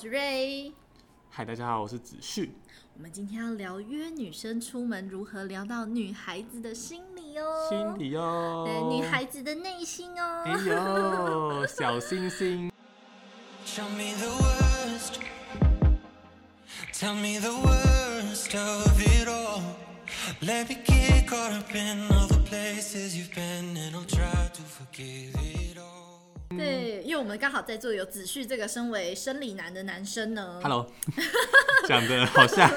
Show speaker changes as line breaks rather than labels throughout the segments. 是瑞。
嗨，大家好，我是子旭。
我们今天要聊约女生出门如何聊到女孩子的心理哦，哎
心理哦，
对女孩子的内心哦。
哎 呦，小星星，
Show me the worst. Tell me the worst of it all. Let me get caught up in all the places you've been, and I'll try to forgive it all.
对，因为我们刚好在座有子旭这个身为生理男的男生呢
Hello，讲的好像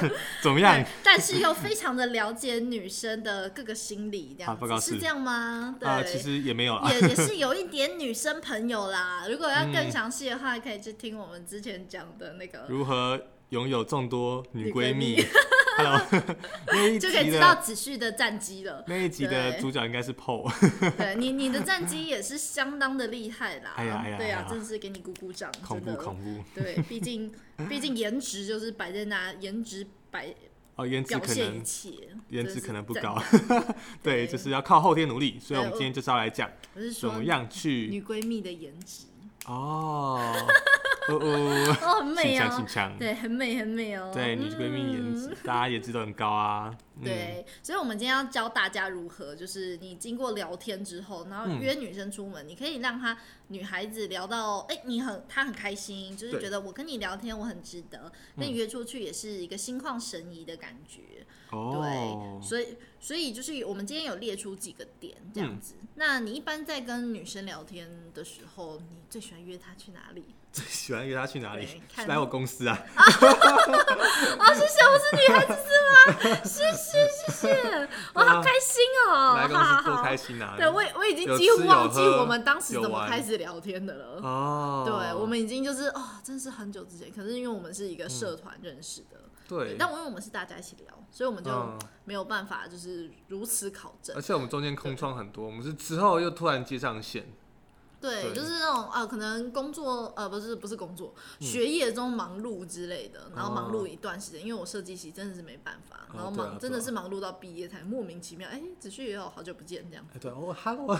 怎么样
对？，但是又非常的了解女生的各个心理， 这样
啊报告
子
是
是这样吗？对，
啊、其实也没有啦。
也也是有一点女生朋友 啦。如果要更详细的话，可以去听我们之前讲的那个，
嗯如何拥有众多女
女
闺蜜
闺
？Hello，那一
就可以
集
知道
的
子旭的战绩了。
那一集的
对
主角应该是 Paul，
对你你的战绩也是相当的厉害啦。
哎呀哎呀
对
哎
啊
呀，
真是给你鼓鼓掌，
恐
真
怖
的。
恐怖
对，毕竟毕竟颜值就是摆在那，颜值摆
哦，颜值
表
可
现一
能
切，
颜
真
值
是
可能不
赞
高，
对
对，就是要靠后天努力。所以我们
对
今天就是要来讲
我是
怎
说
么样
女
去
闺蜜的颜值
哦，哦哦，
哦，很美
性
啊
强，性强，
对，很美很美哦，
对，女闺蜜颜值，大家颜值都很高啊。嗯、，
嗯对，所以，我们今天要教大家如何，就是你经过聊天之后，然后约女生出门，你可以让她女孩子聊到，哎、你很她很开心，就是
对
觉得我跟你聊天我很值得，跟你约出去也是一个心旷神怡的感觉。
哦
对，，所以所以就是我们今天有列出几个点这样子。那你一般在跟女生聊天的时候，你最喜欢约她去哪里？
最喜欢约她去哪里
对？看
是来我公司啊？
哦，谢谢，我是女孩子是吗？谢谢谢 谢，我好开心哦，
来公
好好
司多
好
开心啊！
对，我也我已经
有
几乎
吃有
忘记
喝
我们当时
有
怎么
玩
开始聊天的了。
哦，
对，我们已经就是哦，真是很久之前。可是因为我们是一个社团认识的，
嗯对，
但我因为我们是大家一起聊，所以我们就
嗯
没有办法就是如此考证
而。且我们中间空窗很多，我们是之后又突然接上线，
对，
对
就是那种呃，可能工作呃，不是不是工作，
嗯
学业中忙碌之类的，然后忙碌一段时间，因为我设计系真的是没办法，然后
哦对啊
忙
对
真的
啊
是忙碌到毕业才莫名其妙，哎，子旭也有好久不见 这样，
哎，对哦，Hello，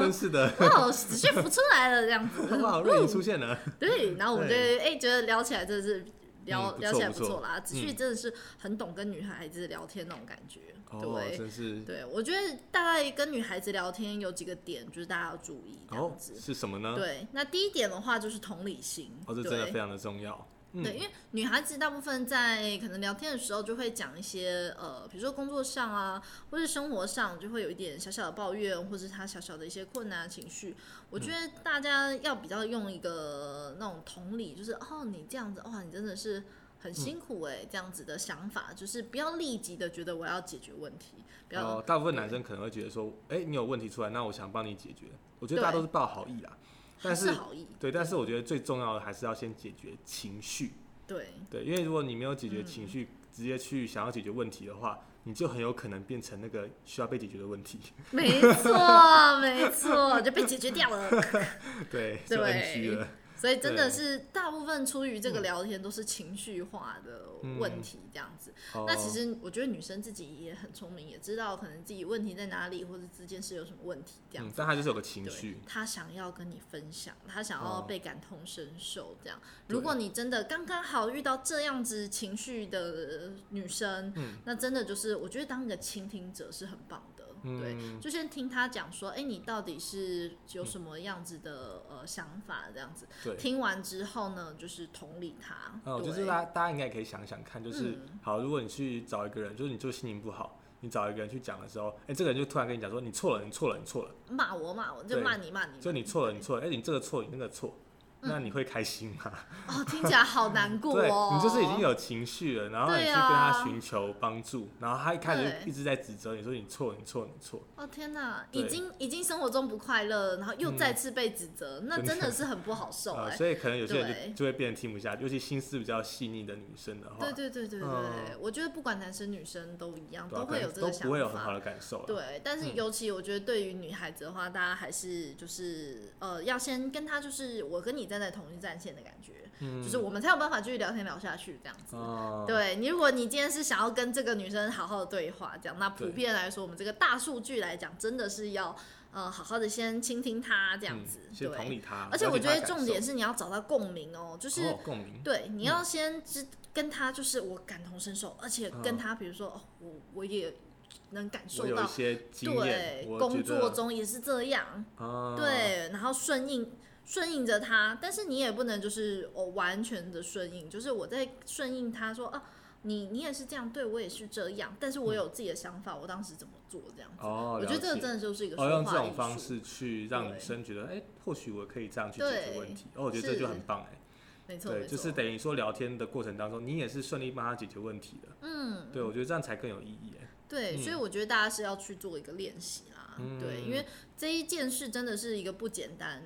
真 是 的，
哦，子旭浮出来了这样子，
哇，瑞颖出现了，
对，然后我们就哎、
嗯对
觉得聊起来真的是聊、
嗯不错
聊起来不
不错
错啦，子旭
嗯
真的是很懂跟女孩子聊天那种感觉，
哦，
对。
真是
对，我觉得大概跟女孩子聊天有几个点，就是大家要注意这
哦
样，子。
是什么呢？
对，那第一点的话就是同理心，
哦，这真的非常的重要。嗯
对，因为女孩子大部分在可能聊天的时候就会讲一些呃，比如说工作上啊，或是生活上，就会有一点小小的抱怨，或是她小小的一些困难情绪。我觉
嗯
得大家要比较用一个那种同理，就是哦，你这样子，哇，你真的是。
嗯
很辛苦哎、这样子的想法就是不要立即的觉得我要解决问题，不要、
哦，大部分男生可能会觉得说，哎，你有问题出来，那我想帮你解决。我觉得大家
对
都是抱好意啦，
还
但
是
是
好意，
对，但是我觉得最重要的还是要先解决情绪。
对
对，因为如果你没有解
嗯
决情绪，直接去想要解决问题的话，你就很有可能变成那个需要被解决的问题。
没错没错，就被解决掉了。
对，
对
就 NG 了。
所以真的
对嗯
是大部分出于这个聊天都是情绪化的问题这样子。
哦
那其实我觉得女生自己也很聪明，也知道可能自己问题在哪里，或者这件事有什么问题这样
嗯
子。，
但他就是有个情
对
绪，，
她想要跟你分享，她想要
哦
被感同身受这样。如果你真的刚刚好遇到这样子情绪的女生，
嗯
那真的就是我觉得当一个倾听者是很棒的，对。
嗯，
就先听他讲说，哎、你到底是有什么样子的、呃想法这样子。
对。
听完之后呢，就是同理他。
哦，
对
就是大家大家应该也可以想想看，就是、
嗯
好，如果你去找一个人，就是你就心情不好，你找一个人去讲的时候，哎、这个人就突然跟你讲说你错了，你错了，你错了，
骂我骂我，就
对
骂你骂你，
就你错了，你错了，哎、你这个错，你那个错，那
嗯
你会开心吗？
哦，听起来好难过
对
哦。
你就是已经有情绪了，然后你
对
去跟
啊
他寻求帮助，然后他一开始
对
就一直在指责你说你错，你错，你错。
哦天哪，
对
已经已经生活中不快乐，然后又再次被指责，那真的是很不好受
呃，
哎、
所以可能有些人
对
就就会变得听不下去，尤其心思比较细腻的女生的话，啊
对对对对对，
嗯
我觉得不管男生女生都一样，
对啊
都
可
会有
能
这个
都
想
不会有很好
法。
的感受了。
对，但是尤其我觉得对于女孩子的话，大家还是就是呃，要先跟她就是我跟你站在同一战线的感觉，就是我们才有办法继续聊天聊下去这样子。
哦，
对你，如果你今天是想要跟这个女生好好的对话，这样，那普
对
遍来说，我们这个大数据来讲，真的是要呃好好的先倾听他这样子，
嗯先同
对。
理他，
而且我觉得重点
是，
是你要找到共鸣哦，就是、
哦共鸣，
对，你要先知跟他就是我感同身受，而且跟
嗯
他比如说哦，我我也能感
我
受
有一
到，
些经验
对，，
我
工
觉得
作中也是这样，
啊，，
对，然后顺应顺应着他，但是你也不能就是我、哦完全的顺应，就是我在顺应他说哦、你你也是这样，对我也是这样，但是我有自己的想法，我当时怎么做这样子，
嗯哦，
我觉得这
了
个
解
真的就是一个
哦，
说
用这
话艺
种
术，
方式去让
对
女生觉得，哎、或许我可以这样去解决
对
问题。哦，我觉得这
是
就很棒哎。
没错，
对，
没
就
错，
是等于说聊天的过程当中，你也是顺利帮她解决问题的。
嗯，
对，我觉得这样才更有意义哎。
对，所以我觉得大家是要去做一个练习啦，对，因
嗯
为这一件事真的是一个不简单，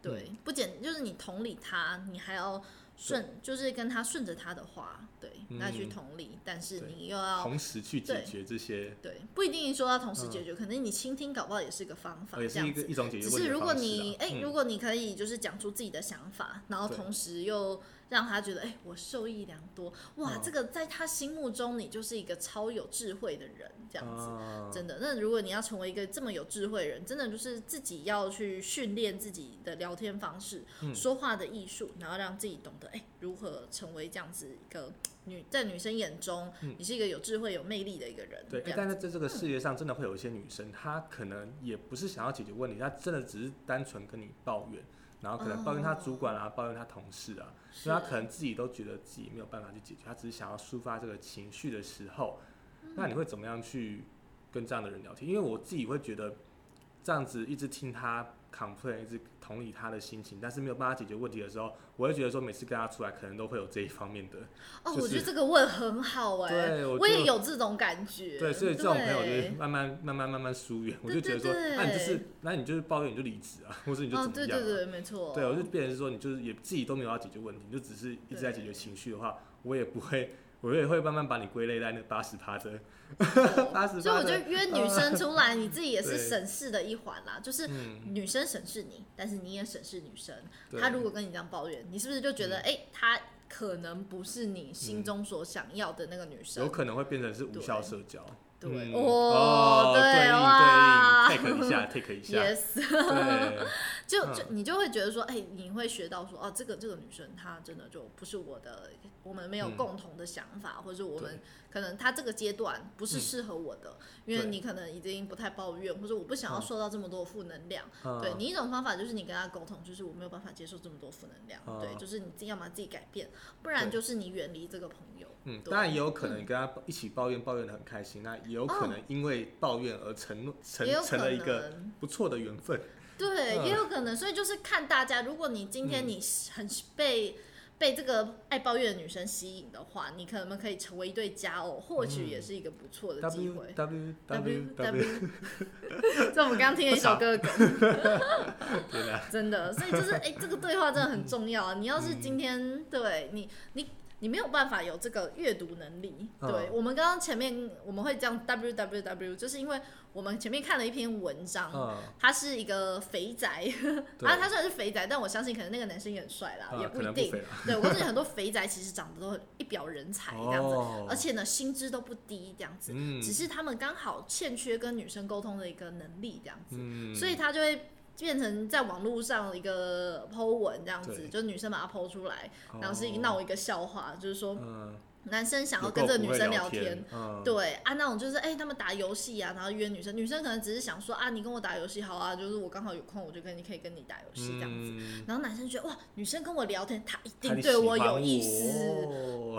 对，
嗯
不简就是你同理他，你还要顺，就是跟他顺着他的话，对，那去
嗯
同理，但是
对
你又要
同时去解
对
决这些，
对，不一定说要同时解决，可能你倾听搞不好也是一个方法，
嗯哦也
这
是一
样
个
子。
一种解决
只
问
是
题的
如果
方式啊
你哎、
嗯
如果你可以就是讲出自己的想法，然后
对
同时又让他觉得哎、我受益良多，哇，
嗯
这个在他心目中你就是一个超有智慧的人，这样子。
啊
真的，那如果你要成为一个这么有智慧的人，真的就是自己要去训练自己的聊天方式、
嗯
说话的艺术，然后让自己懂得哎、如何成为这样子一个女，在女生眼中，你是一个有智慧、有魅力的一个人。
嗯对，
这
哎
样嗯
但是在这个世界上，真的会有一些女生，她可能也不是想要解决问题，她真的只是单纯跟你抱怨，然后可能抱怨她主管
哦
啊，抱怨她同事啊，所以她
是
可能自己都觉得自己没有办法去解决，她只是想要抒发这个情绪的时候，
嗯
那你会怎么样去跟这样的人聊天？因为我自己会觉得，这样子一直听她 complain，一直同理她的心情，但是没有办法解决问题的时候，我会觉得说，每次跟她出来，可能都会有这一方面的。
哦，
就
我觉得
是
这个问很好哎、
对我
也
就
有这种感觉。
对，所以这种朋友就是
对
慢慢、慢慢、慢慢疏远。我
对
就觉得说，
对
那、你就
对
是，那你就是抱怨，你就离职啊，或者你就
哦，
怎么
对
样、啊
对对，没错。
对我就变成是说，你就是也自己都没有要解决问题，你就只是一直在解决情绪的话，我也不会，我也会慢慢把你归类在那八十趴的， 八十
哦所以
趴
我觉
的
得。约女生出来，你自己也是
对
审视的一环啦，就是
嗯
女生审视你，但是你也审视女生。
对嗯
她如果跟你这样抱怨，你是不是就觉得，哎、她可能不是你心中所想要的那个女生？
有可能会变成是无效社交，
对
嗯
哦
哦，
对
对
哇
应对应，take 一下，take 一 下，
Yes，
对，
就就
嗯
你就会觉得说，哎、你会学到说，哦，这个这个女生她真的就不是我的，我们没有
嗯
共同的想法，或者是我
对
们可能她这个阶段不是
嗯
适合我的，因为
对
你可能已经不太抱怨，或者我不想要
嗯
受到这么多负能量。
嗯
对你一种方法就是你跟他沟通，就是我没有办法接受这么多负能量，
嗯
对，就是你自己要么自己改变，不然
对
就是你远离这个朋友。
嗯，
对
当然也有可能跟他一起抱怨，抱怨的很开心，那也有可能因为抱怨而承诺成
哦也有可
成了一个
能，
不错的缘分。
对，
嗯
也有可能，所以就是看大家，如果你今天
嗯
你很被。被这个爱抱怨的女生吸引的话，你可能可以成为一对佳偶，或许也是一个不错的机
W
会。
W W W，
这我们刚刚听了一首歌的 梗，
对的，
真的，所以就是哎、这个对话真的很重要啊！你要是今天对你，你你没有办法有这个阅读能力。
嗯
对我们刚刚前面我们会这样 W W W，就是因为我们前面看了一篇文章，
嗯，
他是一个肥 宅，
对
啊，他虽然是肥宅，但我相信可能那个男生也很帅啦，
啊
也
可
一
能
定
不肥啦。
对我告诉你，很多肥宅其实长得都很一表人才这样子，啊而且呢薪资都不低这样子，
哦嗯
只是他们刚好欠缺跟女生沟通的一个能力这样子，
嗯，
所以他就会变成在网络上一个 Po 文这样子，
对
就是女生把它 Po 出来，
哦
然后是一闹一个笑话，就是说
嗯，
男生想要
有
跟
够
这个
不
女
会
生
聊
天。，
嗯，
对啊，那种就是哎、他们打游戏啊，然后约女生，女生可能只是想说啊，你跟我打游戏好啊，就是我刚好有空，我就跟你可以跟你打游戏这样子。
子，
然后男生觉得哇，女生跟我聊天，嗯她一
他
定对我有意思。
思，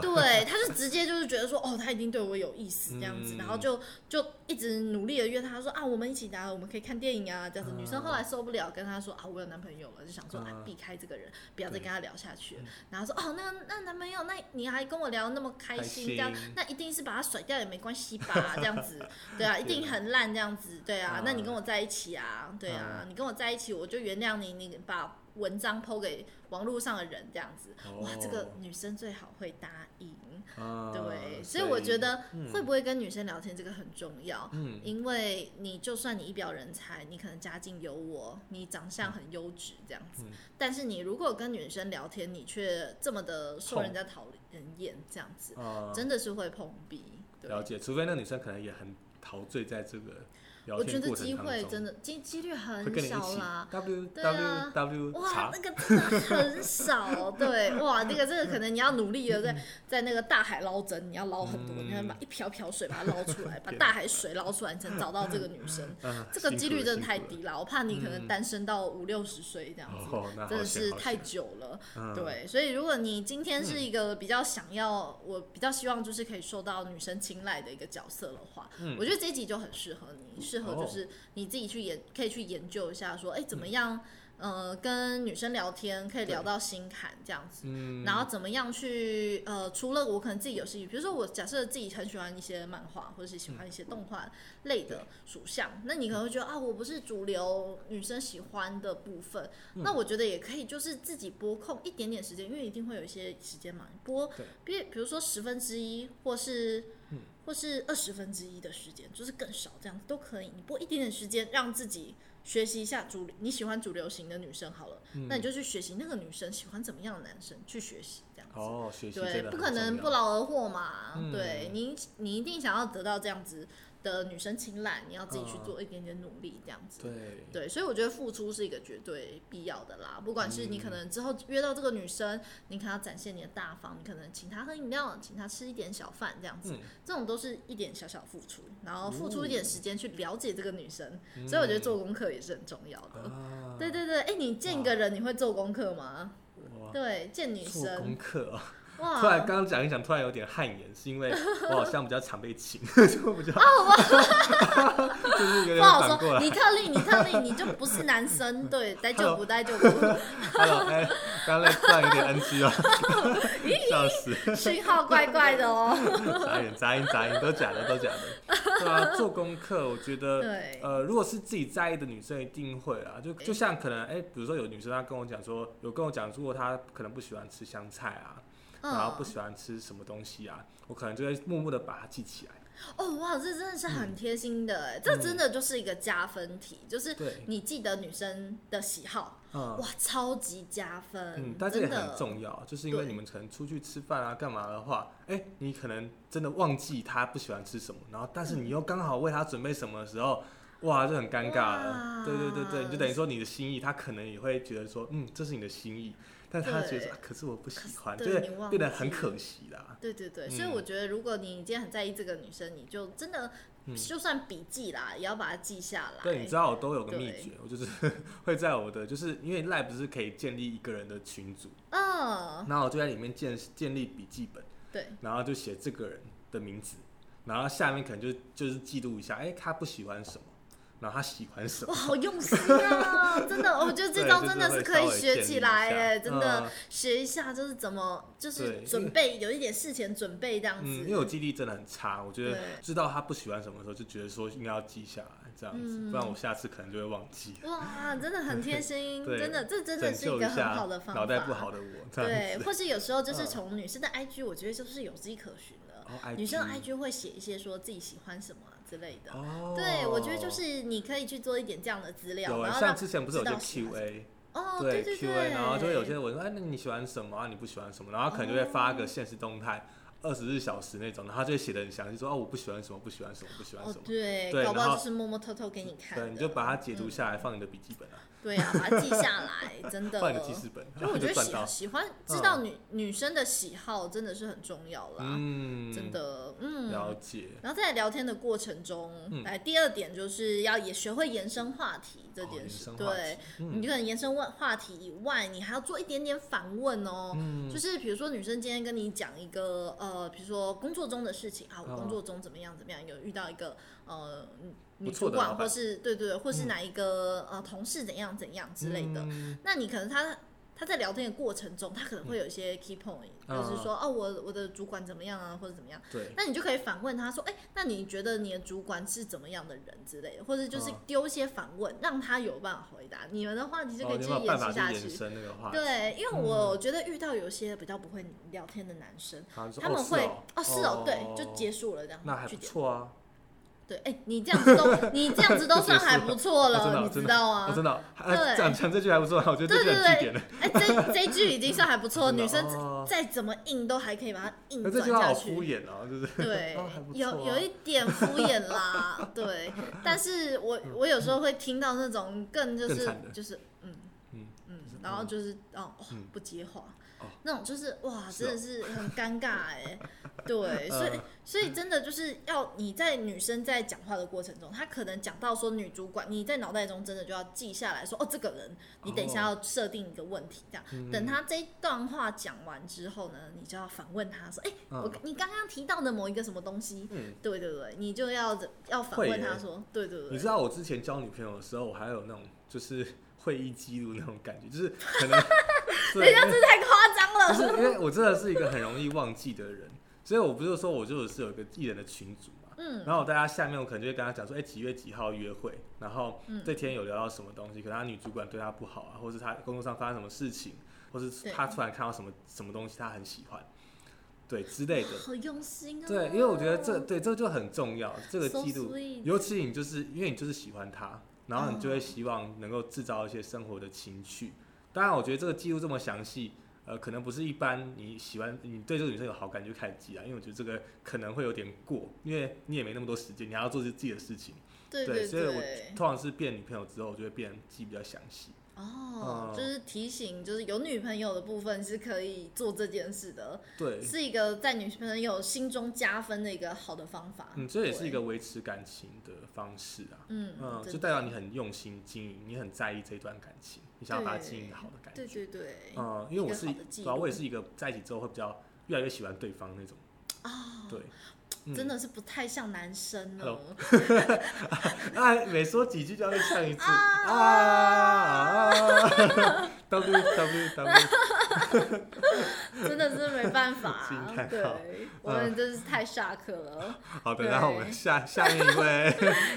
对，他就直接就是觉得说，哦，他一定对我有意思这样子，
嗯
然后就就一直努力的约他说啊，我们一起打，我们可以看电影啊这样子。
啊
女生后来受不了，跟他说啊，我有男朋友了，就想说啊
啊，
避开这个人，不要再
对嗯
跟他聊下去了。然后说哦，那那男朋友，那你还跟我聊那么开
开
心，这样
心
那一定是把他甩掉也没关系吧？这样 子，对啊，一定很烂这样子，对啊
啊。
那你跟我在一起啊，对啊
啊，
你跟我在一起，我就原谅你，你把文章抛给网络上的人这样子。哇，这个女生最好会答应，
哦，
对，
嗯
所以我觉，得
嗯
会不会跟女生聊天这个很重要，
嗯，
因为你就算你一表人才，你可能家境有我，你长相很优质这样子，
嗯
但是你如果跟女生聊天，你却这么的受
痛
人家讨人厌这样子，
啊
真的是会碰壁。对
了解，除非那女生可能也很陶醉在这个聊
我觉
天
得
过程
机
当中，
会真的机几率
会
很
跟你一
小
起
啦。
W
对啊
W W
哇
查，
那个真的很少， 对，哇，那个这个可能你要努力的在在那个大海捞针，你要捞很多，
嗯
你要把一瓢瓢水把它捞出 来，把大海水捞出来，你才能找到这个女生。
嗯
这个
辛
几
苦
率
了
真
辛
的太
苦了
低了，我怕你可能
嗯
单身到五六十岁这样子，
哦，那
真
好
的
险
是
好
太
险
久了。
嗯
对，所以如果你今天是一个比较想要，我比较希望就是可以受到女生青睐的一个角色的话，
嗯
我觉得这一集就很适合你，适合
哦嗯
就是你自己去研，可以去研究一下说，哎怎么样，呃，跟女生聊天可以聊
对
到心坎这样子。
嗯，
然后怎么样去呃，除了我可能自己有兴趣，比如说我假设自己很喜欢一些漫画，或者是喜欢一些动画类的属相，那你可能会觉得啊，我不是主流女生喜欢的部分，那我觉得也可以就是自己拨空一点点时间，因为一定会有一些时间嘛，你拨
对，
比比如说十分之一，或是
嗯
或是二十分之一的时间，就是更少这样子都可以，你拨一点点时间让自己。学习一下主你喜欢主流型的女生好了，
嗯
那你就去学习那个女生喜欢怎么样的男生，去学习这样子。
哦，学习
对
真，的
不
很
可
重
能
要
不劳而获嘛。
嗯
对你，你一定想要得到这样子的女生青睐，你要自己去
嗯
做一点点努力这样子。
对
对，所以我觉得付出是一个绝对必要的啦。不管是你可
嗯
能之后约到这个女生，你可能要展现你的大方，你可能请她喝饮料，请她吃一点小饭这样子，
嗯哦
这种都是一点小小付出，然后付出一点时间去了解这个女生。
嗯
所以我觉得做功课也是很重要的。
啊，
对对对，哎、你见一个人你会做功课吗？
哇，
对，见女
做功
生
课哦。
哇，
突然刚刚讲一讲，突然有点汗颜，是因为我好像比较常被请， 就比较， 就是有点
哦不好
反过
说，
来。
你特例，你特例，你就不是男 生，对，待就不待就不，
Hello，哎，刚刚那突然有点 NG 哦， 笑死，
讯号怪怪的哦。
眨眼眨眼眨眼，都假的，都假的。对啊，做功课，我觉得，
对，
呃，如果是自己在意的女生，一定会啊，就就
对
像可能，哎，比如说有女生她跟我讲说，有跟我讲，如果她可能不喜欢吃香菜啊，然后不
嗯，
喜欢吃什么东西啊，我可能就会默默的把它记起来。
哦，哇，这真的是
嗯
很贴心的，哎，这真的就是一个加分题，就是
对
你记得女生的喜好，
嗯
哇，超级加
嗯
分，，
但这
真
也
的
很重要，就是因为
对
你们可能出去吃饭啊、干嘛的话，哎、你可能真的忘记他不喜欢吃什么，然后但是你又刚好为他准备什么的时候，哇，就很尴尬了。
哇
对对对对，你就等于说你的心意，他可能也会觉得说，嗯，这是你的心意，但是他
对
觉得说、啊可是我不喜欢，就
对
会
你忘
变得很
记
可惜啦。
对对对，
嗯
所以我觉得，如果你今天很在意这个女生，你就真的
嗯
就算笔记啦，也要把它记下来。
对，你知道我都有个
对
秘诀，我就是 会在我的，就是因为 Lab 不是可以建立一个人的群组，
嗯，
然后我就在里面建建立笔记本。
对，
然后就写这个人的名字，然后下面可能就就是记录一下，哎、他不喜欢什么，然后他喜欢什么
哇，。好用心 啊！真的，我觉得这招真的是可以学起来耶，
对就
真
是会稍微建立一下嗯
的学一下，就是怎么，就是
对
准备有一点事前准备这样
嗯，因
子
为。我记忆力真的很差，我觉得
对
知道他不喜欢什么的时候，就觉得说应该要记下来，这样子，
嗯
不然我下次可能就会忘记。
哇，真的很贴心，
对
嗯真的，这真的
拯
是一
救
个
一
很
下
好的方法。
脑袋不好的我，这样
对，
子。
或是有时候就是
嗯
从女生的 IG，我觉得就是有迹可循了。
哦，IG
女生的 IG 会写一些说自己喜欢什么啊之类的。
哦，
对，我觉得就是你可以去做一点这样的资料，
有
然
欸，
后
像
让
之前不是有
知
些
道喜欢
Q&A，
哦，对
对
对哦
Q&A，然后就会有些人问说，哎，那你喜欢什么啊？你不喜欢什么？然后可能就会发个现实动态，二十四小时那种，然后他就会写的很详细，说哦，我不喜欢什么，不喜欢什么，不喜欢
哦
什么。
对，
对
搞不好
然后
就是默默偷偷给你看的。
对，你就把它解读
嗯
下来，放你的笔记本啊，
对啊，把它记下来，真的。
放你的记事本，然
就嗯我
后
觉
就
得
赚
喜
到。
喜欢知道女、女生的喜好真的是很重要啦，
嗯，
真的，嗯。
了解。
然后在聊天的过程中，
嗯
来第二点就是要也学会延伸话题这
哦
件
延
事。
伸话
对
题，嗯
你可能延伸问话题以外，你还要做一点点反问哦。
嗯
就是比如说女生今天跟你讲一个呃，比如说工作中的事情啊，我工
哦
作中怎么样怎么样，有遇到一个呃女
不
主
错的
管
老
或
板
是对对，或是
嗯
哪一个、呃同事怎样怎样之类的。
嗯
那你可能他他在聊天的过程中，他可能会有一些 key point，、
嗯
就是说哦，我我的主管怎么样啊，或者怎么样，
对，
那你就可以反问他说，哎、那你觉得你的主管是怎么样的人之类的，或者就是
嗯
丢一些反问，让他有办法回答，你们的话题就可
哦，
以
你
继
有
续
没有办
延
法
续下
去
去。
延伸那个话题？嗯
对，因为我觉得遇到有些比较不会聊天的男生，
好像说
他们
哦是
会
哦
哦是哦，对，就结
束，
束了这样，
那还
据
不
点
错啊。
对，哎、你这样子 都你这样子都算还不错
哦真的
了，
哦
你知
真的
道
我、
啊？
真的哦，还
对
讲讲这句还不错，我觉得
对
这句
对
很经典的
对。，哎、这这一句已经算还不错，
真的
女生
哦哎
再怎么硬都还可以把它硬
那这
转
句话
下
好
去
敷。衍哦，就是
对
哦还不，错
有有
啊
一点敷衍啦， 对。但是我我有时候会听到那种更就
嗯更
是
惨的
就是嗯
嗯
嗯
就是，
然后
嗯
就是哦哦
嗯
不接话
哦，
那种就是哇
是哦
真的是很尴尬 哎，对，所以
呃
所以真的就是要你在女生在讲话的过程中，她可能讲到说女主管，你在脑袋中真的就要记下来说哦这个人，你等一下
哦
要设定一个问题这样。
嗯
等他这一段话讲完之后呢，你就要反问他说：“哎、
嗯
我你刚刚提到的某一个什么东西？”
嗯，
对对对，你就要要反
会
问
耶
他说：“对对
你
对
知，道我之前交女朋友的时候，我还有那种就是会议记录那种感觉，就是可 能对，因为
这太夸张
不
了。
是因为我真的是一个很容易忘记的人，所以我不是说我就是有一个艺人的群组嘛，
嗯
然后大家下面我可能就会跟他讲说，哎、几月几号约会，然后
嗯
这天有聊到什么东西，可能他女主管对他不好啊，或是他工作上发生什么事情，或是
对
他突然看到什么什么东西他很喜欢，对之类 的，
好用心啊！
对，因为我觉得这对这就很重要，这个
So
记录
sweet
尤其你就是因为你就是喜欢他，然后你就
哦
会希望能够制造一些生活的情趣。当然，我觉得这个记录这么详细，呃，可能不是一般你喜欢你对这个女生有好感就开始记啊，因为我觉得这个可能会有点过，因为你也没那么多时间，你还要做自己的事情。
对
所以我
对，
通常是变女朋友之后，我就会变记比较详细。
哦
嗯，
就是提醒，就是有女朋友的部分是可以做这件事的，
对，
是一个在女朋友心中加分的一个好的方法。
嗯，这也是一个
对，
维持感情的方式啊。
嗯
嗯，
真
就代表你很用心经营，你很在意这段感情，你想要把它经营好的感觉。
对对对，
嗯，因为我
个
是
好
一
的记
对啊，我也
录
是一个在一起之后会比较越来越喜欢对方那种。
啊，
对，嗯
真的是不太像男生哦了
Hello。啊，每说几句就要被呛一次啊啊！W W W，
真的是没办法、
心态好嗯
对，我们真是太下课 了。
好的，那我们下下面一位，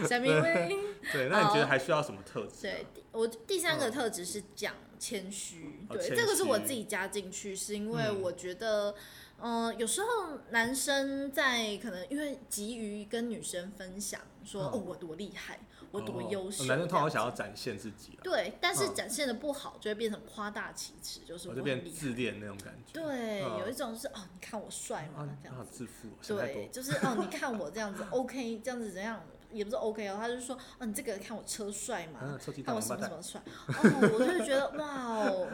小明威，
对，那你觉得
好
还需要什么特质啊？
对第我第三个特质是讲谦虚，
嗯哦
对，
谦
这个是我
虚
自己加进去，是因为
嗯
我觉得，嗯、有时候男生在可能因为急于跟女生分享说，
嗯
哦，我多厉害，我多
哦
优秀，
男
这
生通常
样
会想要
子
展现自己了，
对，但是
嗯
展现的不好，就会变成夸大其词，就是
我
我很
就变
厉害。
自恋那种感觉。
对，
嗯
有一种是哦，你看我帅嘛，，
啊
这
你好
样子。
自负哦，想太多
对，。就是 哦，你看我这样子，OK，这样子怎样？也不是 OK 哦，他就说，哦，你这个看我车帅嘛
嗯，，超级大
看我
王
什
八
么什
蛋。
么帅，哦，我就觉得哇哦，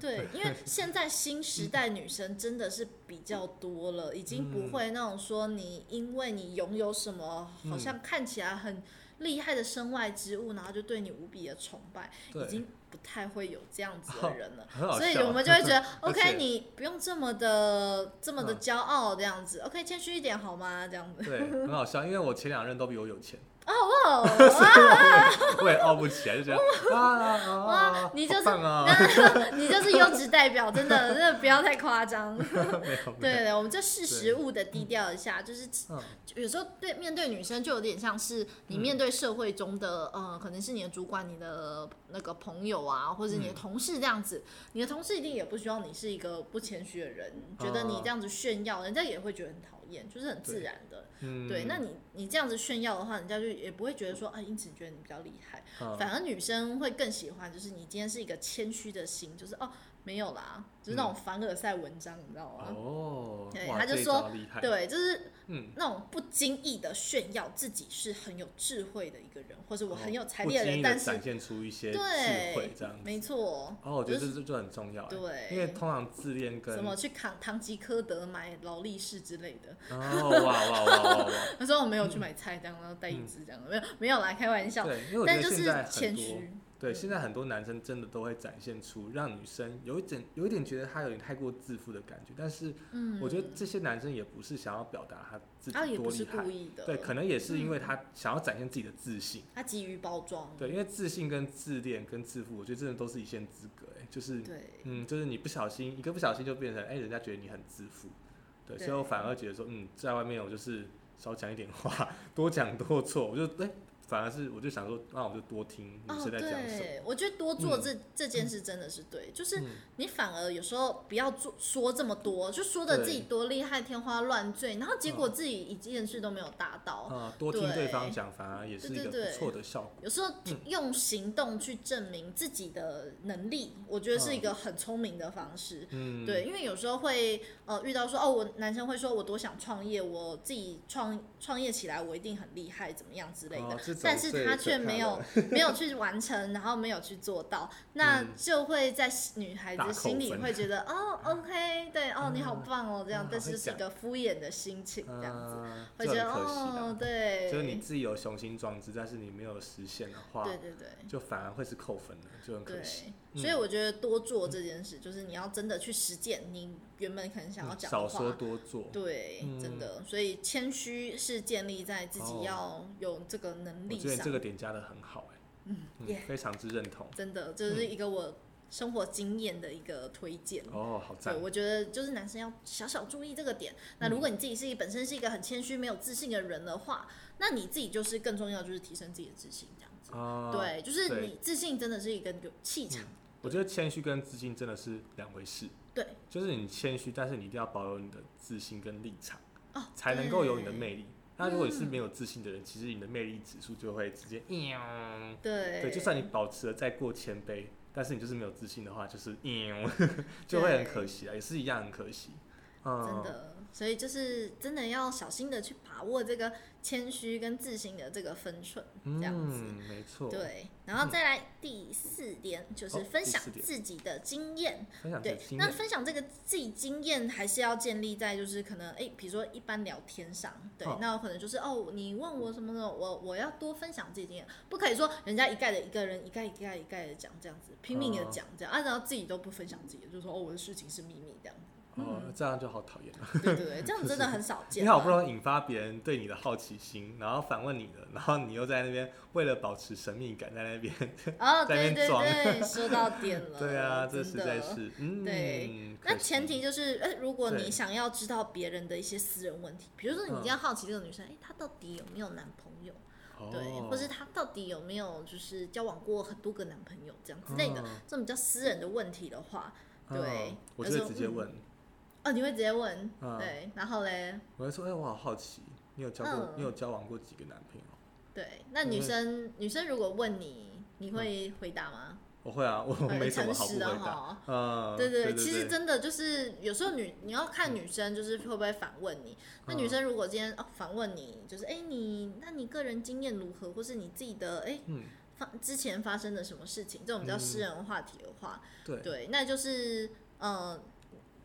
对，因为现在新时代女生真的是比较多了，已经
嗯
不会那种说你因为你拥有什么，好像看起来很厉害的身外之物，然后就对你无比的崇拜，已
对，
经不太会有这样子的人了。
很好
所以
笑啊
我们就会觉得
而且
，OK，你不用这么的这么的
嗯
骄傲这样子，OK，谦虚一点好吗？这样子，
对，很好笑，因为我前两任都比我有钱，
哇 哦，
我也傲不起来，就 觉得啊啊啊啊啊！
你就是
好棒啊！
哦 你就是优质代表，真的，真的不要太夸张。
没有，没
对
有，
对，我们就事实物的低调一下，就是
嗯
有时候对面对女生就有点像是你面对社会中的、呃，可能是你的主管、你的那个朋友啊，或者你的
嗯
同事这样子。你的同事一定也不希望你是一个不谦虚的人，觉得你
啊
这样子炫耀，人家也会觉得很讨厌，就是很自
对
然的。
嗯，
对，那你你这样子炫耀的话，人家就也不会觉得说啊，因此觉得你比较厉害。
嗯
反而女生会更喜欢，就是你今天是一个谦虚的心，就是哦没有啦，就是那
嗯
种凡尔赛文章，你知道吗？
哦，
对
哇
他就
这一
说
招厉害，，
对，就是
嗯，
那种不经意的炫耀自己是很有智慧的一个人，或者我
哦
很有才
不
力的
经
人，
意地
但是
展现出一些智慧
对
这样，子。
没错，
哦，我觉得
就
这这就很重要，，
对，
哦因为通常自恋跟
什么去扛唐吉诃德买劳力士之类的，
哦哇哇哇哇哇，
他说我没有去买菜单，然后带椅
嗯
子这样，没有没有啦，开玩 笑，
对，因为我觉
但
得
就
现
是
在很
谦
多。
虚，
对，
嗯
现在很多男生真的都会展现出让女生有一点有一点觉得他有点太过自负的感觉，但是
嗯，
我觉得这些男生也不是想要表达他自
他
己
也
多
不是
厉害
故，意的，嗯
对，可能也是因为他想要展现自己的自信，
他急于包装，
对，因为自信跟自恋跟自负，我觉得真的都是一线之隔，哎，就是
对
嗯，就是你不小心一个不小心就变成，哎、人家觉得你很自负，对，所以
对
我反而觉得说，嗯，在外面我就是少讲一点话，多讲多错，我就哎、反而是我就想说，那我就多听女
哦，
生在讲什么。嗯
对，我觉得多做这、这件事真的是对，就是你反而有时候不要做说这么多，就说的自己
对嗯
多厉害、天花乱坠，然后结果自己一件事都没有达到。
啊、多听
对
对方讲，反而也是一
对
个
对
不
对
错的效果。
有时候
嗯
用行动去证明自己的能力，我觉得是一个很聪明的方式。
嗯，
对，因为有时候会呃遇到说哦，我男生会说我多想创业，我自己创创业起来我一定很厉害，怎么样之类的，
哦这种
但是
最
他
可
却
怕
没
了
有没 有去完成，然后没有去做到，那
嗯
就会在女孩子
大扣
心里
分
会觉得 哦，OK，对，哦，你好棒哦，这样
嗯，
但
好
是
会
就是一
讲
个敷衍的心情这样子，
啊
会
就
觉
很
得
可惜
哦
啊，。
对，
就是你自己有雄心壮志，但是你没有实现的话，
对对对。
就反而会是扣分的，就很可
对
惜。，嗯
所以我觉得多做这件事，就是你要真的去实践你原本可能想要
嗯
讲的
少
话，
说多做，
对，真
嗯
的，所以谦虚是建立在自己
哦
要有这个能
我
力
觉得
上。
你这个点加的很好、哎，
嗯，
嗯
耶，
非常之认同。
真的，这、是一个我生活经验的一个推荐。
嗯哦，好
对，
赞，嗯
我觉得就是男生要小小注意这个点。那如果你自己是本身是一个很谦虚、没有自信的人的话，那你自己就是更重要，就是提升自己的自信，这样子。
啊，
对，就是
对
你自信真的是一个有气场。
我觉得谦虚跟自信真的是两回事，
对，
就是你谦虚，但是你一定要保有你的自信跟立场，
哦，
嗯才能够有你的
对。
魅力。那如果你是没有自信的人，其实你的魅力指数就会直接，
对
对，就算你保持了再过谦卑，但是你就是没有自信的话，就是， 就会很可惜啊，也是一样很可惜。嗯，
真的，所以就是真的要小心的去把握这个谦虚跟自信的这个分寸，这样子。
嗯、没错，，
对，然后再来第四点，就是
哦
分
第
享
四点
自己的经验。
分享自
对
己的，经
那
验，
分享这个自己经验，还是要建立在就是可能诶，比如说一般聊天上，对，
哦
那有可能就是哦，你问我什么的，我我要多分享自己经验，不可以说人家一概的一个人一概一概一概的讲这样子，拼命的
哦
讲这样，啊，然后自己都不分享自己的，就说哦，我的事情是秘密 这样子。
哦，这样就好讨厌了。
对对对，这样子真的很少见。
你好不容易引发别人对你的好奇心，然后反问你的，然后你又在那边为了保持神秘感，在那边，
哦，
在
对
那边
对
装
对，说到点了。
对啊，
真
这实
的
在是，嗯，
对
可
那
惜
前提就是，哎、如果你
对
想要知道别人的一些私人问题，比如说你
嗯
今天好奇这个女生，哎、她到底有没有男朋友？对，
哦
或是她到底有没有就是交往过很多个男朋友这样之类的，
嗯
这种比较私人的问题的话，对
嗯我
有
就
时
会
候
直接
嗯
问，
哦，你会直接问，
嗯
对，然后嘞，
我会说，哎，我好好奇，你有交过，
嗯
你有交往过几个男朋友？
对，那
我
女
会嗯
生女生如果问你，你会回答吗？
我会啊， 我我
很
没什么
诚
好不
实
回
的
答
哈，
嗯，
对对，
对
其实真的就是有时候女你要看女生就是会不会反问你。那
嗯
女生如果今天哦反问你，就是哎你那你个人经验如何，或是你自己的哎
嗯，
发之前发生的什么事情这种比较私人的话题的话，
对，
对，那就是呃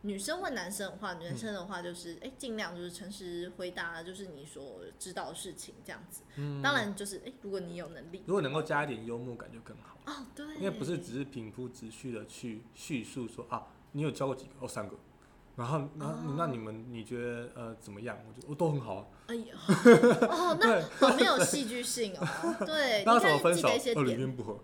女生问男生的话，
嗯
男生的话就是哎尽量就是诚实回答，就是你所知道的事情这样子。
嗯
当然就是哎如果你有能力
如果能够加一点幽默感就更好。
哦对，
因为不是只是平铺直叙的去叙述说啊，你有教过几个？哦，三个。然后，然后、
哦
那你们你觉得呃怎么样？我觉得我、都很好啊。
哎呦哦那好没有戏剧性哦，对，你
那
看
为什么分
记
手？
得一些
哦，理
点。
念不合。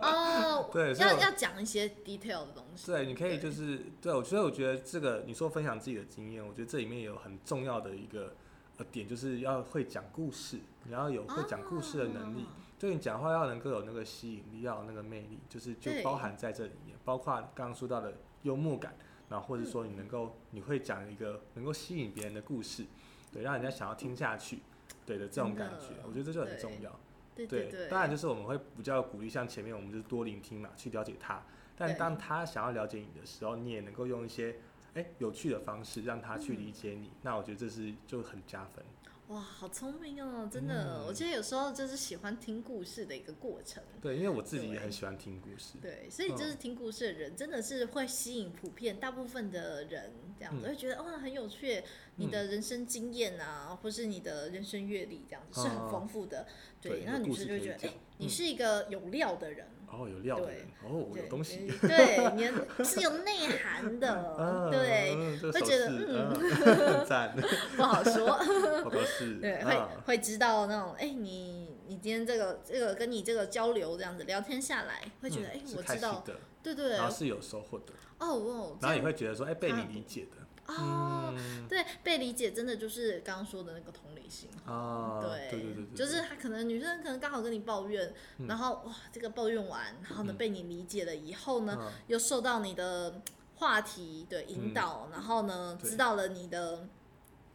哦，
对所以
要
我
要讲一些 detail 的东西。
对，你可以就是对，我所以我觉得这个你说分享自己的经验，我觉得这里面有很重要的一个呃点，就是要会讲故事，你要有会讲故事的能力。
哦
就你讲话要能够有那个吸引力，要有那个魅力，就是就
对
包含在这里面，包括刚刚说到的幽默感，然后或
嗯
者说你能够、你会讲一个能够吸引别人的故事，对，让人家想要听下去，对的这种
真的
感觉，我觉得这就很重要。
对对对，
当然就是我们会比较鼓励，像前面我们就是多聆听嘛，去了解他。但
对
当他想要了解你的时候，你也能够用一些哎、有趣的方式让他去理解你，
嗯
那我觉得这是就很加分。
哇，好聪明哦，真的。
嗯
我觉得有时候就是喜欢听故事的一个过程。
对，因为我自己
对
也很喜欢听故事。
嗯对，所以
嗯
就是听故事的人，真的是会吸引普遍大部分的人，这样子、
嗯
会觉得哇很有趣，你的人生经验啊，或是你的人生阅历，这样子是很
哦
丰富的。
对
对，
你的
然后女
故
生
事
就会
可以
觉得，哎、
讲
你
嗯
是一个有料的人，
哦，有料的人，哦，我有
对，
东西。
嗯对，你的是有内涵的，
啊
对，，
这
会
个手
觉得
势
嗯
啊 很赞，
不好 说。
好多事，
对，会
啊
会知道那种，哎、你你今天这个这个跟你这个交流这样子聊天下来，会觉得，
嗯
哎、
是
我
开
知
心
道，
的，
对对，
然后
哦
是有收获的，嗯
哦，
然后
这
也
样
会觉得说，哎，被
他
你
不
理解的，
哦，对，被理解真的就是刚刚说的那个同理心。
啊，
对
对对对，对嗯
就是她可能女生可能刚好跟你抱怨，然后哇，这个抱怨完，然后呢被你理解了以后呢，
嗯
又受到你的嗯话题的引导，然后呢
对嗯
知道了你的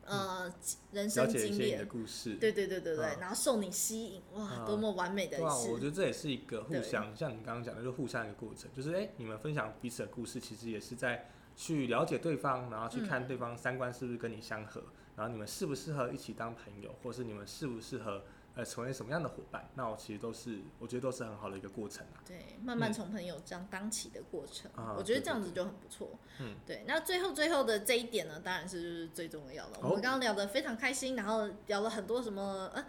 呃人
了
生
解一
经
些你的
验，
故事，
对对对对对，
嗯
然后受你吸引，哇，
嗯
多么完美的
对啊，我
事，
觉得这也是一个互
对
相，像你刚刚讲的，就互相一个过程，就是哎、你们分享彼此的故事，其实也是在去了解对方，然后
嗯
去看对方三观是不是跟你相合，然后你们适不适合一起当朋友，或是你们适不适合呃成为什么样的伙伴，那我其实都是我觉得都是很好的一个过程啊。
对，慢慢从朋友这样当起的过程，
啊
我觉得
对
这样
对
子就很不错。
嗯，
对。那最后最后的这一点呢，当然是就是最重要的。
哦
我们刚刚聊得非常开心，然后聊了很多什么呃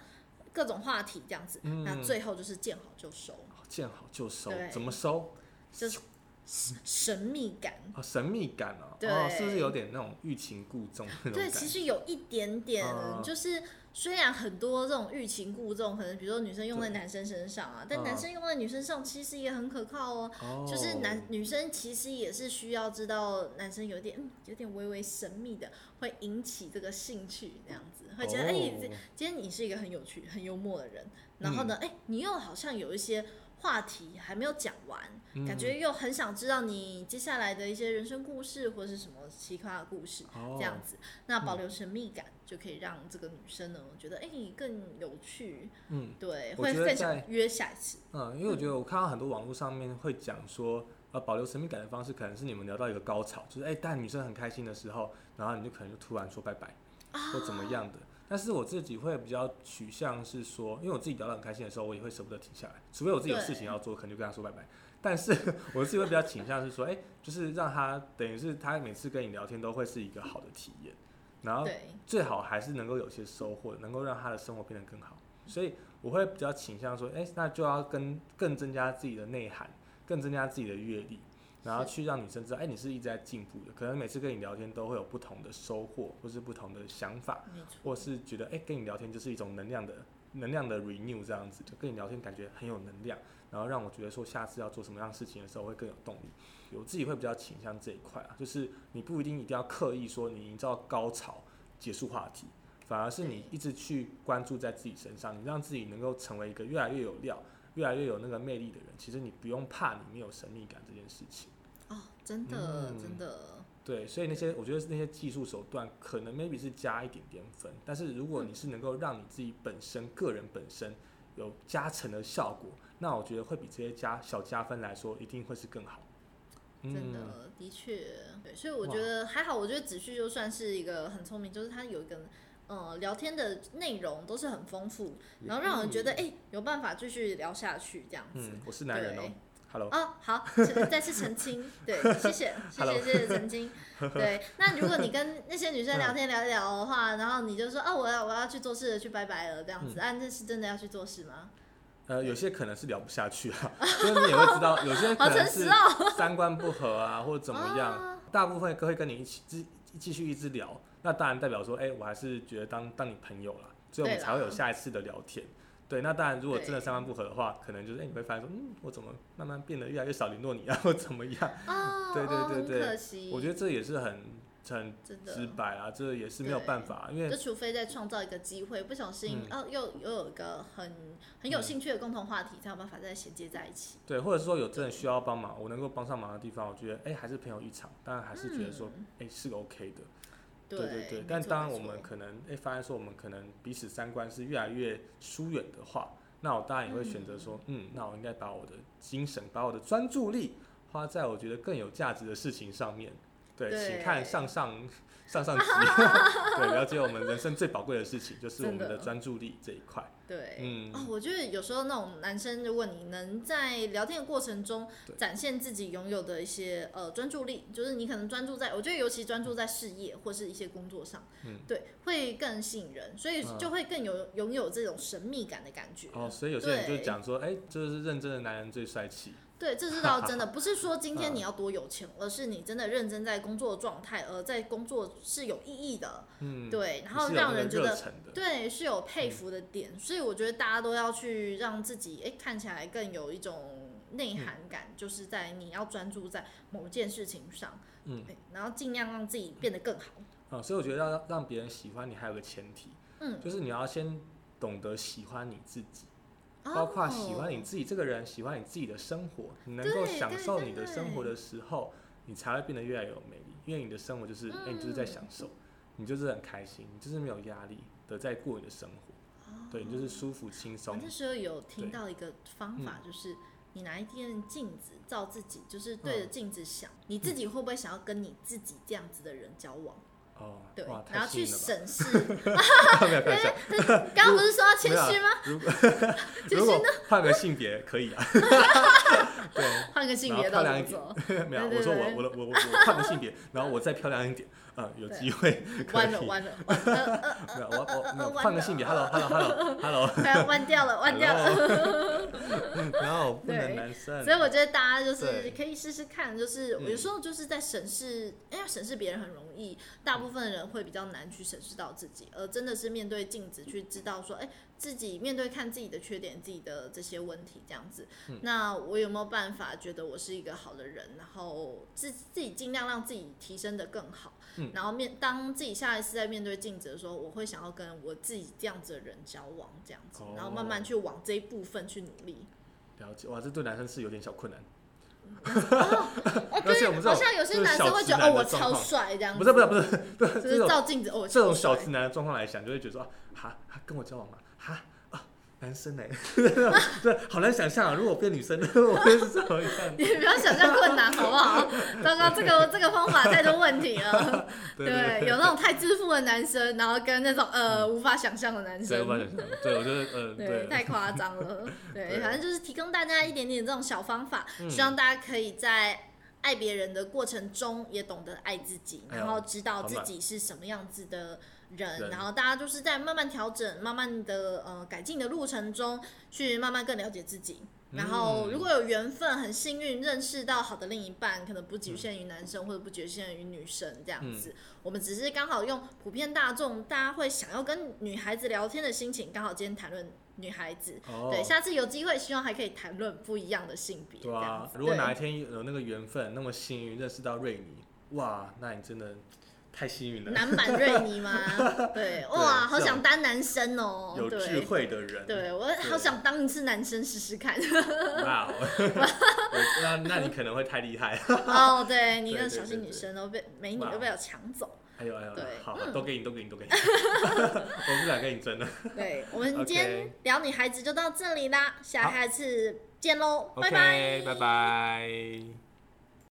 各种话题这样子，
嗯
那最后就是见好就收，
好见好就收，
对
怎么收？
就是神神秘感。
哦，神秘感哦，
对
哦，是不是有点那种欲擒故纵那种
对，
感
其
觉？
实有一点点
啊，
就是虽然很多这种欲擒故纵，可能比如说女生用在男生身上啊，但
啊
男生用在女生上其实也很可靠哦。
哦，
就是男女生其实也是需要知道男生有点嗯有点微微神秘的，会引起这个兴趣那样子，会觉得哎、这
哦嗯
今天你是一个很有趣、很幽默的人，然后呢，哎、你又好像有一些话题还没有讲完，
嗯
感觉又很想知道你接下来的一些人生故事或是什么奇葩的故事。
哦
这样子，那保留神秘感就可以让这个女生呢，我觉得哎、更有趣，
嗯，
对，
我
会
觉
更
得在
想约下一次。
嗯，因为我觉得我看到很多网络上面会讲说，呃，保留神秘感的方式可能是你们聊到一个高潮，就是哎，但女生很开心的时候，然后你就可能就突然说拜拜，或怎么样的。但是我自己会比较取向是说，因为我自己聊得很开心的时候，我也会舍不得停下来，除非我自己有事情要做，可能就跟他说拜拜。但是 我自己会比较倾向是说，哎、就是让他等于是他每次跟你聊天都会是一个好的体验，然后
对，
最好还是能够有些收获，能够让他的生活变得更好。所以我会比较倾向说，哎、那就要跟更增加自己的内涵，更增加自己的阅历，然后
是
去让女生知道，哎、你是一直在进步的。可能每次跟你聊天都会有不同的收获，或是不同的想法，
没错。
或是觉得，哎、跟你聊天就是一种能量的能量的 renew 这样子，就跟你聊天感觉很有能量，然后让我觉得说下次要做什么样的事情的时候会更有动力。我自己会比较倾向这一块啊，就是你不一定一定要刻意说你营造高潮结束话题，反而是你
对
一直去关注在自己身上，你让自己能够成为一个越来越有料、越来越有那个魅力的人。其实你不用怕你没有神秘感这件事情。
哦，真的，
嗯
真的，
对，所以那些我觉得那些技术手段可能 maybe 是加一点点分，但是如
嗯
果你是能够让你自己本身个人本身有加成的效果，那我觉得会比这些加小加分来说一定会是更好。嗯、
真的，的确，对，所以我
哇
觉得还好。我觉得子旭就算是一个很聪明，就是他有一个呃聊天的内容都是很丰富，然后让人觉得哎、诶有办法继续聊下去这样子。
嗯嗯，我是男人哦
对
，Hello，
哦，好，再再次澄清，对，谢谢，谢
Hello
谢，谢谢澄清。对，那如果你跟那些女生聊天
嗯
聊一聊的话，然后你就说哦，我要我要去做事了，去拜拜了这样
嗯
子，啊，那是真的要去做事吗？
呃，有些可能是聊不下去啊， 因为你也会知道，有些可
好
能
诚
是
实哦
三观不合啊，或者怎么样
啊，
大部分会跟你一起继继续一直聊，那当然代表说，哎、我还是觉得当当你朋友啦，所以我们
对啦
才会有下一次的聊天。对，那当然，如果真的
对
三观不合的话，可能就是哎、你会发现说，嗯，我怎么慢慢变得越来越少联络你啊， 或怎么样？
哦，
对对
哦
对
很
对
可惜，
我觉得这也是很很
真的
直白啊，这也是没有
对
办法，啊因为
就除非再创造一个机会，不小心、
嗯
哦，又又有一个很很有兴趣的共同话题，才有办法再衔接在一起。
对，或者说有真的需要帮忙，我能够帮上忙的地方，我觉得哎、还是朋友一场，当然还是觉得说
嗯
哎、是 OK 的。对
对
对对
没，
但
错
当然
没
我
错
们可能诶发现说我们可能彼此三观是越来越疏远的话，那我当然也会选择说，嗯那我应该把我的精神、把我的专注力花在我觉得更有价值的事情上面。对，请看
对
上上 上上集，对，了解我们人生最宝贵的事情就是我
真
们的
的
专注力这一块。
对，
嗯
哦，我觉得有时候那种男生，如果你能在聊天的过程中
对
展现自己拥有的一些呃专注力，就是你可能专注在，我觉得尤其专注在事业或是一些工作上，
嗯
对，会更吸引人，所以
嗯
就会更有拥有这种神秘感的感觉。
哦，所以有些人就
对
讲说，哎，就是认真的男人最帅气。
对，这 是倒真的，不是说今天
嗯
你要多有钱，而是你真的认真在工作的状态，而在工作是有意义的，
嗯，
对，然
你
后
是有
让
那个
人觉
热
得。
忱的。嗯
对，是有佩服的点，所以我觉得大家都要去让自己诶看起来
嗯
更有一种内涵感，就是在你要专注在某件事情上，
嗯
对然后尽量让自己变得更好。
啊，所以我觉得要让别人喜欢你，还有个前提，
嗯，
就是你要先懂得喜欢你自己，
哦
包括喜欢你自己这个人，喜欢你自己的生活，你能够
对
享
对
受
对
你的生活的时候，你才会变得越来越有魅力，因为你的生活就是，哎、你就是在
嗯
享受，你就是很开心，你就是没有压力的在过你的生活，对你就是舒服轻
我
松，
那时候有听
对嗯
到一个方法，就是你拿一面镜子照自己，就是对着
嗯
镜子想，你自己会不会想要跟你自己这样子的人交往？
哦，
对
哇，，太
然后去
吸引了
审
吧
视。
没有开 玩笑，
刚刚不是说要谦
没有啊
虚吗？？
如 果
其
如
实
果
呢，
换个性别 可以啊，对。
换个性别
然后漂
到
亮
底
一
怎
点
么
没有，
对
我说
对
我
对
我的我我我换个性别，然后我再漂亮一点，嗯，有
对
机会
做？
可以
弯。了，弯了，弯了，呃呃
没有，我我没有
弯了
换个性 别，hello hello hello hello，
快要弯掉了，弯掉 了。
然后不能
对
男生，
所以我觉得大家就是
对
可以试试看，就是呃
嗯
有时候就是在审视，因为审视别人很容易，大部分人会比较难去审视到自己，而真的是面对镜子去知道说，哎，自己面对看自己的缺点、自己的这些问题这样子。
嗯
那我有没有办法觉得我是一个好的人，然后自自己尽量让自己提升的更好，
嗯
然后面当自己下一次在面对镜子的时候，我会想要跟我自己这样子的人交往这样子，然后慢慢
哦
去往这一部分去努力。
了解，哇，这对男生是有点小困难，
哦，
而
对，
且我们这
好
种
像有些
就是
男生
小
会
直
觉得
男
哦，我
的状
超
况
帅这样
不
子，
是不是不是，对，
就
这
是
种
照镜子哦，我
这种
超
小
帅
直男的状况来讲，就会觉得说啊，哈，哈跟我交往嘛，哈啊，男 生哎， 对，好难想象啊，如果我变女生， 我会是怎么样？
你不要想象困难好不好？糟糕，这个这个方法太多问题了。
对对，嗯
有那种太自负的男生，然后跟那种呃无法想象的男
对，我把
生，
想象，对我觉得，嗯，
对，太夸张 了。对，
对
反正就是提供大家一点点这种小方法，
嗯
希望大家可以在。爱别人的过程中，也懂得爱自己，
哎呦
然后知道
好
自
暖
己是什么样子的人，
人
然后大家就是在慢慢调整、慢慢的呃改进的路程中，去慢慢更了解自己。然后，
嗯
如果有缘分，很幸运认识到好的另一半，可能不
嗯
局限于男生，或者不局限于女生这样子。我们只是刚好用普遍大众大家会想要跟女孩子聊天的心情，刚好今天谈论女孩子。
哦
对，下次有机会，希望还可以谈论不一样的性别。
对
这样
啊
子，
如果
对
哪一天有那个缘分，那么幸运认识到瑞尼，哇，那你真的太幸运了，
男版瑞尼吗？ 对，哇，好
这种
想当男生哦。
啊有智
对，
慧的人，
对我好想当一次男生试试 看。
哇 哦，我那那你可能会太厉害，
哦，对，你
对
要
对
小心
对
女
对
生都哦被美女
哇
都被我抢走。
哎呦哎呦
对，
好，
嗯
都给你，都给你，都给你， 我不敢跟你争了，
对，我们
OK
今天聊女孩子就到这里啦，下
好
下次见喽，拜
OK，拜拜。